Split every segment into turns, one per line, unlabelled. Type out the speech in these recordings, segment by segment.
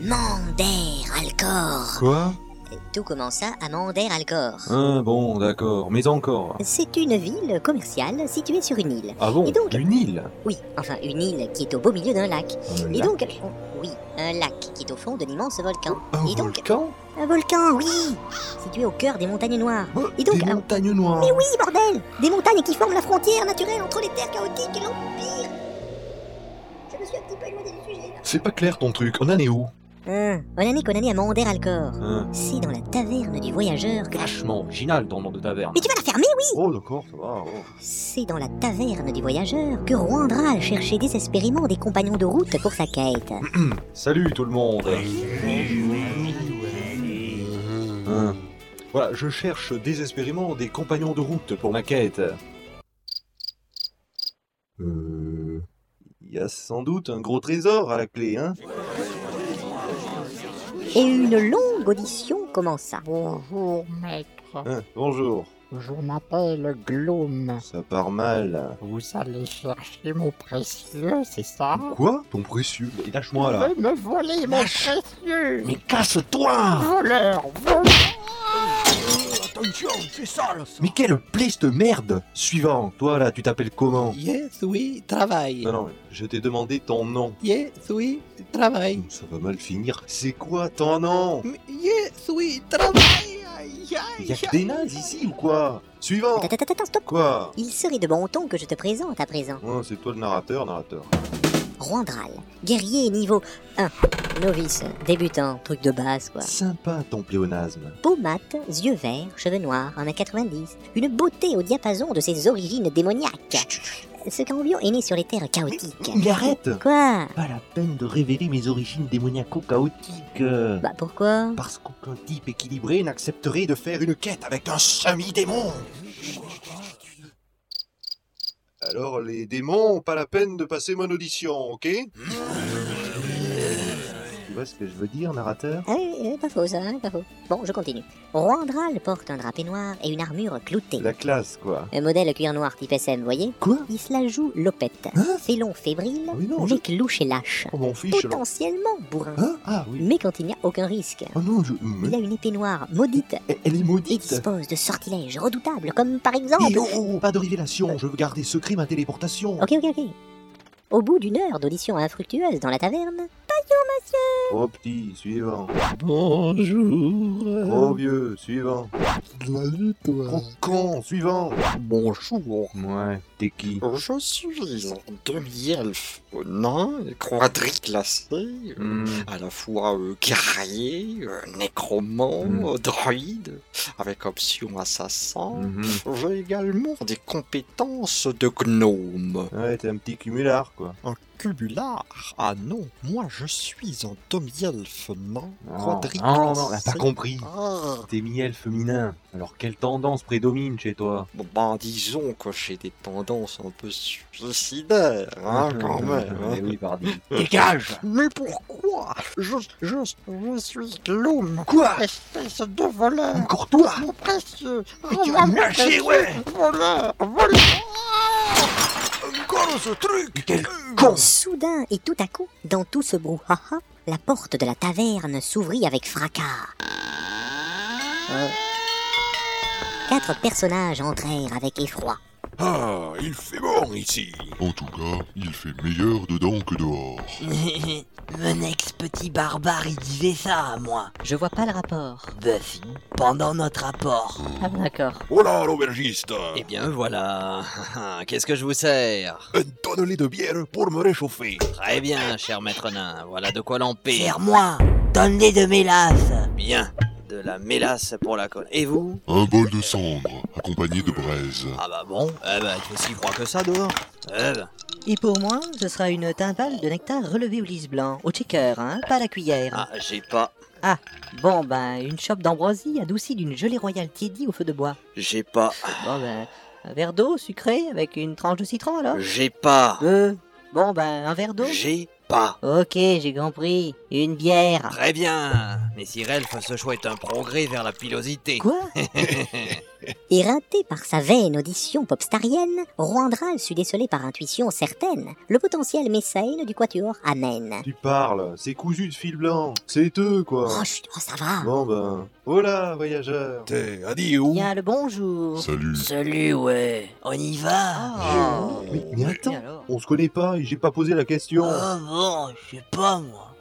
Mandaire Alcor.
Quoi
Tout commença à Mandaire Alcor.
Ah bon, d'accord, mais encore.
C'est une ville commerciale située sur une île.
Ah bon,
Et donc-
une île
Oui, enfin une île qui est au beau milieu d'un lac.
Un
Et
lac
donc, oui, un lac qui est au fond d'un immense volcan.
Un
Et donc,
volcan
un volcan, oui, situé au cœur des montagnes noires.
Bah,
Et donc,
Des
alors-
montagnes noires
Mais oui, bordel Des montagnes qui forment la frontière naturelle entre les terres chaotiques et l'Empire Je me suis un petit peu éloigné du sujet, là.
C'est pas clair ton truc, on en est où
Hein, on en est qu'on en est à Mandaire Alcor.
Hein,
C'est dans la taverne du voyageur que la...
Vachement original dans le nom de taverne.
Mais tu vas la fermer, oui
Oh d'accord, ça va. oh.
C'est dans la taverne du voyageur que Rwandra a cherché désespérément des compagnons de route pour sa quête.
Salut tout le monde Hein. Voilà, je cherche désespérément des compagnons de route pour ma quête. Euh... Il y a sans doute un gros trésor à la clé, hein
Et une longue audition commença.
Bonjour maître,
Hein, Bonjour.
je m'appelle Gloom.
Ça part mal.
Vous allez chercher mon précieux, c'est
Ah.
ça
Quoi Ton précieux Mais Lâche-moi
Vous
là
voulez me voler mon précieux
Mais casse-toi
Voleur, voleur
Attention, c'est sale ça
Mais quelle plaie cette merde Suivant, toi là, tu t'appelles comment
Yes, oui, travail
Non, non, je t'ai demandé ton nom.
Yes, oui, travail
Ça va mal finir. C'est quoi ton nom
Mais Yes, oui, travail Aïe, aïe,
Y'a que des nazes ici ou quoi Suivant
Attends, attends, attends, stop
Quoi
Il serait de bon ton que je te présente à présent.
Hein, C'est toi le narrateur, narrateur.
Rwandral, guerrier niveau 1, novice, débutant, truc de base quoi.
Sympa ton pléonasme.
Peau mate, yeux verts, cheveux noirs, 1m90, une beauté au diapason de ses origines démoniaques. Ce cambion est né sur les terres chaotiques.
Mais arrête
Quoi
Pas la peine de révéler mes origines démoniaco-chaotiques. euh,
Bah pourquoi
Parce qu'aucun type équilibré n'accepterait de faire une quête avec un semi-démon. Alors les démons, pas la peine de passer mon audition, ok Tu vois ce que je veux dire, narrateur
Ah oui, oui, pas faux ça, hein, pas faux. Bon, je continue. Rwandral porte un drapé noir et une armure cloutée.
La classe, quoi.
Un modèle cuir noir type SM, voyez
Quoi
Il se la joue lopette.
Hein
Félon fébrile,
Mais non, je...
mec louche et lâche.
Oh, mon fiche, là.
Potentiellement bourrin.
Hein Ah oui.
Mais quand il n'y a aucun risque.
Oh non, je...
Il a une épée noire maudite
Elle- Elle est
et
maudite
dispose de sortilèges redoutables, comme par exemple.
Eh oh, oh, pas de révélation, je veux garder secret ma téléportation.
Ok, ok, ok. Au bout d'une heure d'audition infructueuse dans la taverne,
Oh petit, suivant. Ah.
Bonjour
vieux, suivant.
Salut toi
con, suivant.
Bonjour
Ah. Ouais, t'es qui
Je suis un demi-elfe nain, quadriclassé,
Hmm.
à la fois euh, guerrier, euh, nécromant,
Mm.
euh, druide, avec option assassin.
Mhm.
J'ai également des compétences de gnome.
Ah Ouais, t'es un petit cumulard, quoi.
Un cumulard Ah non, moi je suis un demi-elfe nain,
Non,
quadriclassé.
non, non, t'as pas compris.
Ah,
T'es miel féminin. Alors, quelle tendance prédomine chez toi
bon ben disons que j'ai des tendances un peu suicidaires, hein, quand même. hein.
Eh oui, pardon.
Dégage
Mais pourquoi je, je, je suis Gloom Quoi Espèce de voleur
Encore toi
Mon précieux Oh,
tu vas me lâcher, ouais
Voleur Voleur
Encore ce truc Euh,
Quel
con
Ah, soudain et tout à coup, dans tout ce brouhaha, la porte de la taverne s'ouvrit avec fracas. Euh, Quatre personnages entrèrent avec effroi.
Ah, il fait bon ici
En tout cas, il fait meilleur dedans que dehors.
Mon ex-petit barbare, il disait ça à moi.
Je vois pas le rapport.
Buffy, pendant notre rapport.
Ah, d'accord.
Oh là, l'aubergiste
Eh bien voilà, qu'est-ce que je vous sers
Un tonnelet de bière pour me réchauffer
Très bien, cher maître nain, voilà de quoi lamper.
Serre-moi, donne-les de mes lasses.
Bien, de la mélasse pour la colle. Et vous
Un bol de cendre, accompagné de braise.
Ah bah bon, eh bah il fait si froid que ça dehors. Eh bah.
Et pour moi, ce sera une timbale de nectar relevée au lisse blanc, au checker, hein, pas à la cuillère.
Ah, j'ai pas,
Bon ben, une chope d'ambroisie adoucie d'une gelée royale tiédie au feu de bois.
j'ai pas,
Bon ben, un verre d'eau sucrée avec une tranche de citron
Hein
alors
j'ai pas,
Euh, bon ben, un verre d'eau
j'ai pas.
Ok, j'ai compris. Une bière.
Très bien. Mais Cyril fait ce choix est un progrès vers la pilosité.
Quoi
Éreinté par sa vaine audition popstarienne, Roandral sut déceler par intuition certaine le potentiel mécène du quatuor Amen.
Tu parles, c'est cousu de fil blanc. C'est eux,
Oh,
quoi.
chut, oh, ça va
Bon ben, hola, voyageur.
Te, adieu.
Bien le bonjour.
Salut.
Salut, ouais. On y va
Ah.
Mais, mais
Et
attends,
alors
on se connaît pas et j'ai pas posé la question.
Ah.
Oh bon, je sais pas, moi.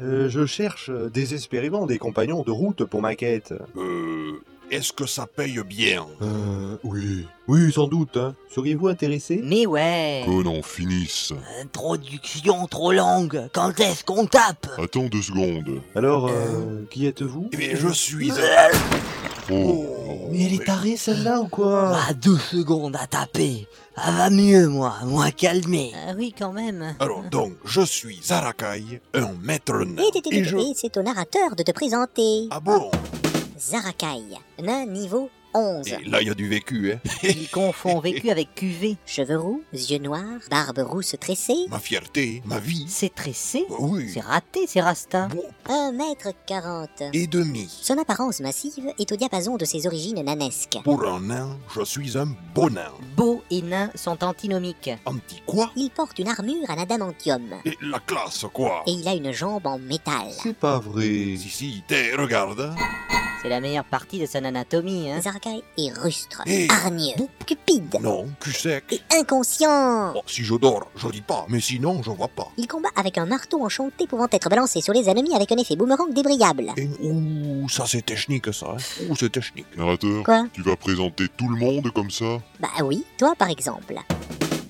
Euh, je cherche euh, désespérément des compagnons de route pour ma quête.
Euh, est-ce que ça paye bien
Euh, oui. Oui, sans doute, hein. Seriez-vous intéressé
Mais ouais.
Qu'on en finisse.
Introduction trop longue. Quand est-ce qu'on tape
Attends deux secondes.
Alors, euh, qui êtes-vous
Eh bien, je suis...
Oh.
Mais elle est tarée, celle-là, ou
Ah.
quoi
Bah, deux secondes à taper. Ça va mieux, moi. Moi, calmé.
Ah oui, quand même.
Alors, donc, je suis Zarakai, un maître nain.
Et, et, et,
ben, Et je...
et c'est au narrateur de te présenter.
Ah bon
Zarakai, nain niveau 11.
Et là, il y a du vécu, hein
Il confond vécu avec QV.
Cheveux roux, yeux noirs, barbe rousse tressée,
Ma fierté, ma vie.
C'est tressé.
Bah oui.
C'est raté, c'est Rasta.
Bon,
1m40.
et demi.
Son apparence massive est au diapason de ses origines nanesques.
Pour un nain, je suis un bon nain.
Beau et nain sont antinomiques.
Anti quoi
Il porte une armure en adamantium.
Et la classe, quoi
Et il a une jambe en métal.
C'est pas vrai.
Si, si, t'es, regarde.
C'est la meilleure partie de son anatomie, hein.
Zarakai est rustre,
Et-
hargneux, cupide
Non, cul sec.
et inconscient.
Bon, si je dors, je dis pas, mais sinon, je vois pas.
Il combat avec un marteau enchanté pouvant être balancé sur les ennemis avec un effet boomerang débrayable.
Et, ouh, ça c'est technique, ça. hein. Ouh, c'est technique.
Narrateur,
Quoi
tu vas présenter tout le monde comme ça
Bah oui, toi par exemple.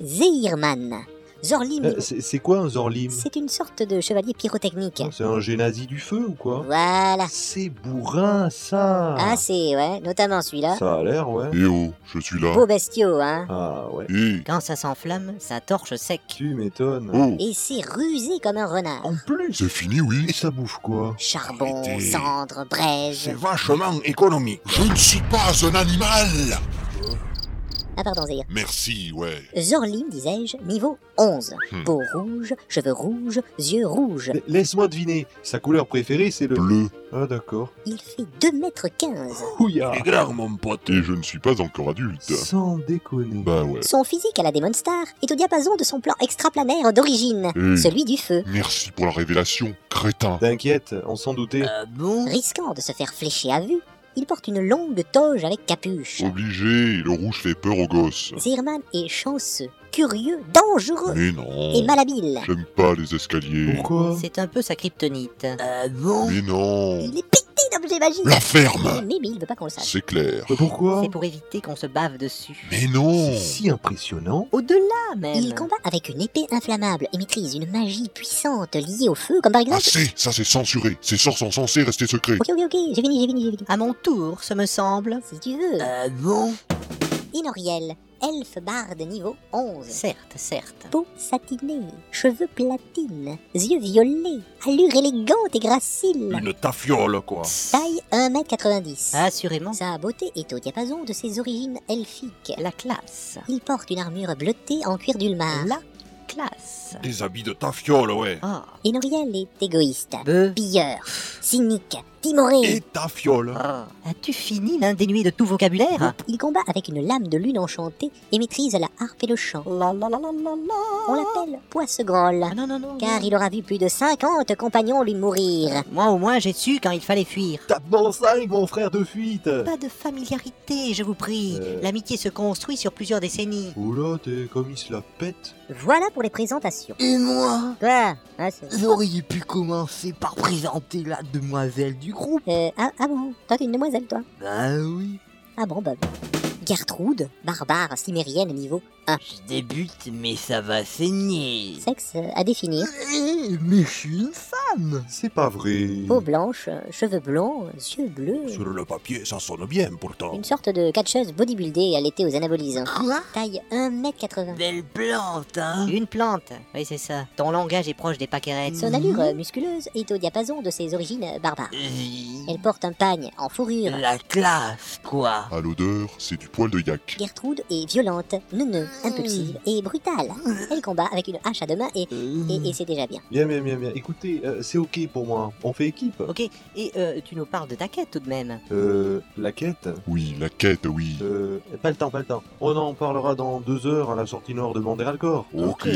Zeirman. Zorlim.
Euh, c'est c'est quoi un Zorlim
C'est une sorte de chevalier pyrotechnique.
C'est un génazi du feu, ou quoi
Voilà.
C'est bourrin, ça
Ah, c'est, ouais, notamment celui-là.
Ça a l'air, ouais.
Eh oh, je suis là.
Beau bestiaux, hein.
Ah ouais.
Eh,
Quand ça s'enflamme, ça torche sec.
Tu m'étonnes.
oh,
Et c'est rusé comme un renard.
En plus
c'est fini, oui
Et ça bouffe quoi
Charbon,
Oh, Arrêtez.
cendre, braise.
C'est vachement économique.
Je ne suis pas un animal
Ah, pardon, Zeir.
Merci, ouais.
Zorlim, disais-je, niveau 11.
Hmm.
Peau rouge, cheveux rouges, yeux rouges.
L- Laisse-moi deviner, sa couleur préférée c'est le...
Bleu.
Ah d'accord.
Il fait 2m15.
Ouya
Et grave, mon pote.
Et je ne suis pas encore adulte.
Sans déconner.
euh, Bah ouais.
Son physique à la Demon Star est au diapason de son plan extraplanaire d'origine,
Hmm.
celui du feu.
Merci pour la révélation, crétin.
T'inquiète, on s'en doutait.
Euh,
Ah bon
Risquant de se faire flécher à vue, il porte une longue toge avec capuche.
Hmm. Obligé, le rouge fait peur aux gosses.
Zirman est chanceux, curieux, dangereux
Mais
et
non.
malhabile.
J'aime pas les escaliers.
Pourquoi
C'est un peu sa kryptonite.
Ah bon
Mais non.
Il est pété d'objets magiques.
Hmm. La ferme
Mais, mais il veut pas qu'on le sache.
C'est clair.
Mais Pourquoi Oh.
C'est pour éviter qu'on se bave dessus.
Mais non
C'est si impressionnant.
Au-delà, même.
Il combat avec une épée inflammable et maîtrise une magie puissante liée au feu, comme par exemple.
Assez Ça Ah, c'est censuré. Ces sorts sont censés rester secrets.
Ok, ok, ok, j'ai fini, j'ai fini, j'ai fini.
À mon tour, ce me semble.
Si tu veux.
Ah bon
Inoriel, elfe barde niveau 11.
Certes, certes.
Peau satinée, cheveux platine, yeux violets, allure élégante et gracile.
Une tafiole, quoi.
Taille 1m90.
Assurément,
Sa beauté est au diapason de ses origines elfiques.
la classe.
Il porte une armure bleutée en cuir d'ulmar.
La classe.
Des habits de tafiole, ouais.
Ah,
Enoriel est égoïste,
bœuf.
pilleur, cynique, timoré.
Et tafiole.
Ah. As-tu fini l'indénué de tout vocabulaire
Hein? Il combat avec une lame de lune enchantée et maîtrise la harpe et le chant.
La la la la la
On
la.
l'appelle Poissegroll,
Ah, non, non, non.
car il aura vu plus de 50 compagnons lui mourir.
Moi, au moins, j'ai su quand il fallait fuir.
Tape mon 5, mon frère de fuite
Pas de familiarité, je vous prie.
Euh.
L'amitié se construit sur plusieurs décennies.
Oula, t'es comme il se la pète.
Voilà pour les présentations.
Et moi
Quoi Ah, c'est-
Vous auriez pu commencer par présenter la demoiselle du groupe.
Euh, ah, ah bon Toi, t'es une demoiselle, toi
Bah oui.
Ah bon, bah. Gertrude, barbare cimérienne niveau
Je débute, mais ça va saigner.
sexe euh, à définir.
Eh, mais je suis une femme.
C'est pas vrai.
Peau blanche, euh, cheveux blancs, euh, yeux bleus.
Sur le papier, ça sonne bien, pourtant.
Une sorte de catcheuse bodybuildée allaitée aux anabolisants.
Quoi
Taille 1m80.
Belle plante, hein
Une plante. Oui, c'est ça. Ton langage est proche des paquerettes.
Son allure euh, musculeuse est au diapason de ses origines euh, barbares. Elle porte un pagne en fourrure.
La classe, quoi
À l'odeur, c'est du poil de yak.
Gertrude est violente, neuneu, impulsive et brutale. Elle combat avec une hache à deux mains et, et, et c'est déjà bien.
Bien, bien, bien, bien. Écoutez, euh, euh, c'est ok pour moi. On fait équipe.
Ok, et euh, tu nous parles de ta quête tout de même.
Euh, la quête
Oui, la quête, oui.
euh, Pas le temps, pas le temps. On en parlera dans deux heures à la sortie nord de Manderalcor.
Ok.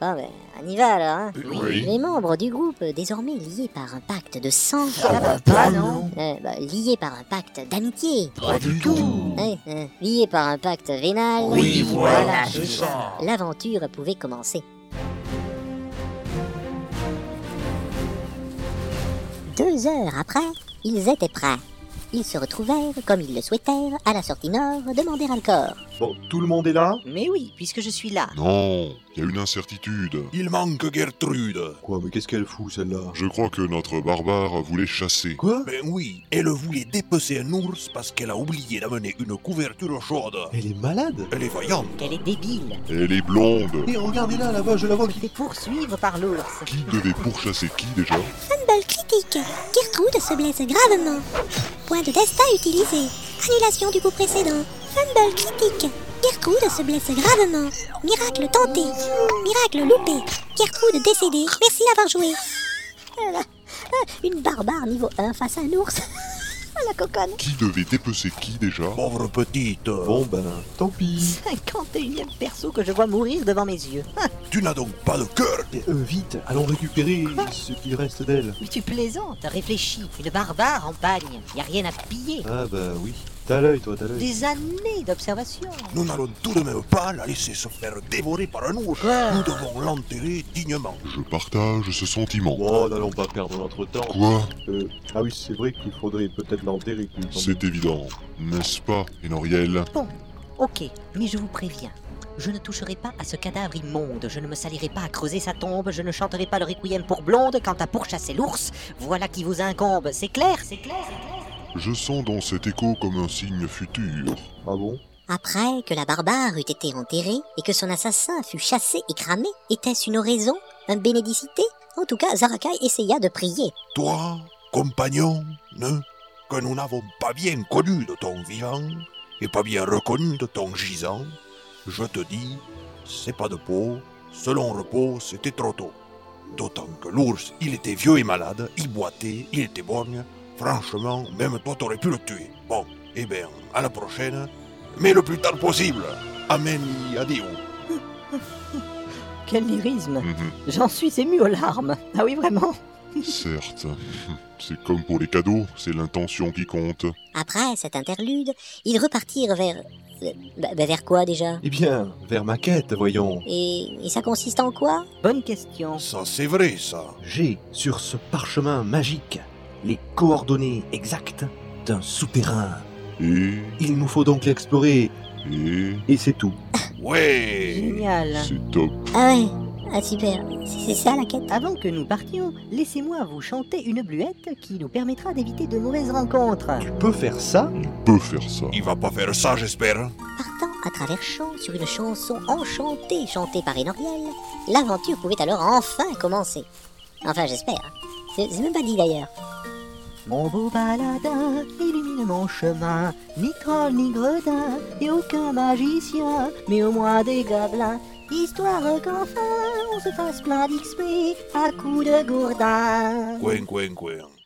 Bon, ben, on y va alors, hein.
Oui.
Les membres du groupe, désormais liés par un pacte de sang,
va
pas, non
euh, bah, liés par un pacte d'amitié,
Pas du tout.
hein, euh, liés par un pacte vénal,
Oui, voilà,
c'est ça. L'aventure pouvait commencer. Deux heures après, ils étaient prêts. Ils se retrouvèrent, comme ils le souhaitèrent, à la sortie nord de Manderalcor.
Bon, tout le monde est là
Mais oui, puisque je suis là.
Non, il y a une incertitude.
Il manque Gertrude.
Quoi, mais qu'est-ce qu'elle fout celle-là
Je crois que notre barbare voulait chasser.
Quoi
Ben oui, elle voulait dépecer un ours parce qu'elle a oublié d'amener une couverture chaude.
Elle est malade
Elle est voyante.
Elle est débile.
Elle est blonde.
Et regardez-la là-bas, je la vois
Il fait poursuivre par l'ours.
Qui devait pourchasser qui déjà
Fumble critique. Gertrude se blesse gravement. Point de destin utilisé. Annulation du coup précédent. Fumble critique. Gertrude se blesse gravement. Miracle tenté. Miracle loupé. Gertrude décédée. Merci d'avoir joué.
Ah là, ah, Une barbare niveau 1 face à un ours. Ah, La coconne.
Qui devait dépecer qui déjà
Pauvre petite.
Bon ben, tant pis.
51ème perso que je vois mourir devant mes yeux. Ah,
Tu n'as donc pas de cœur.
Eh, euh, vite, allons récupérer ce qu'il reste d'elle.
mais tu plaisantes, réfléchis. Une barbare en pagne, y a rien à piller.
Ah bah oui. T'as l'œil toi, t'as l'œil.
Des années d'observation.
Nous n'allons tout de même pas la laisser se faire dévorer par un ours. Nous devons l'enterrer dignement.
Je partage ce sentiment.
Oh, n'allons pas perdre notre temps.
Quoi
Euh, ah oui, c'est vrai qu'il faudrait peut-être l'enterrer. il me semble.
C'est évident, n'est-ce pas, Enoriel
Bon, ok, mais je vous préviens. Je ne toucherai pas à ce cadavre immonde, je ne me salirai pas à creuser sa tombe, je ne chanterai pas le requiem pour blonde, quant à pourchasser l'ours, voilà qui vous incombe, c'est clair, c'est clair, c'est clair.
Je sens dans cet écho comme un signe futur.
Ah bon
Après que la barbare eût été enterrée et que son assassin fut chassé et cramé, était-ce une oraison Un bénédicité En tout cas, Zarakai essaya de prier.
Toi, compagnon, ne, que nous n'avons pas bien connu de ton vivant et pas bien reconnu de ton gisant, je te dis, c'est pas de peau, ce long repos, c'était trop tôt. D'autant que l'ours, il était vieux et malade, il boitait, il était borgne. Franchement, même toi, t'aurais pu le tuer. Bon, eh bien, à la prochaine, mais le plus tard possible. Amen, adieu.
Quel lyrisme
Mhm,
J'en suis ému aux larmes. Ah oui, vraiment
Certes. C'est comme pour les cadeaux, c'est l'intention qui compte.
Après cet interlude, ils repartirent vers... euh, bah- bah, vers quoi déjà
Eh bien, vers ma quête, voyons.
et, et ça consiste en quoi
Bonne question.
Ça, c'est vrai, ça.
J'ai sur ce parchemin magique les coordonnées exactes d'un souterrain.
Et...
Il nous faut donc l'explorer,
et...
et c'est tout.
Ouais
Génial.
c'est top.
Ah ouais Ah super C'est c'est ça la quête
Avant que nous partions, laissez-moi vous chanter une bluette qui nous permettra d'éviter de mauvaises rencontres.
Tu peux faire ça
Il peut faire ça.
Il va pas faire ça, j'espère. hein.
Partant à travers champs sur une chanson enchantée chantée par Enoriel, l'aventure pouvait alors enfin commencer. Enfin j'espère. C'est c'est même pas dit d'ailleurs.
Mon beau baladin illumine mon chemin, ni troll ni gredin, et aucun magicien, mais au moins des gobelins. Histoire qu'enfin on se fasse plein d'XP à coups de gourdin.
Coin, coin, coin.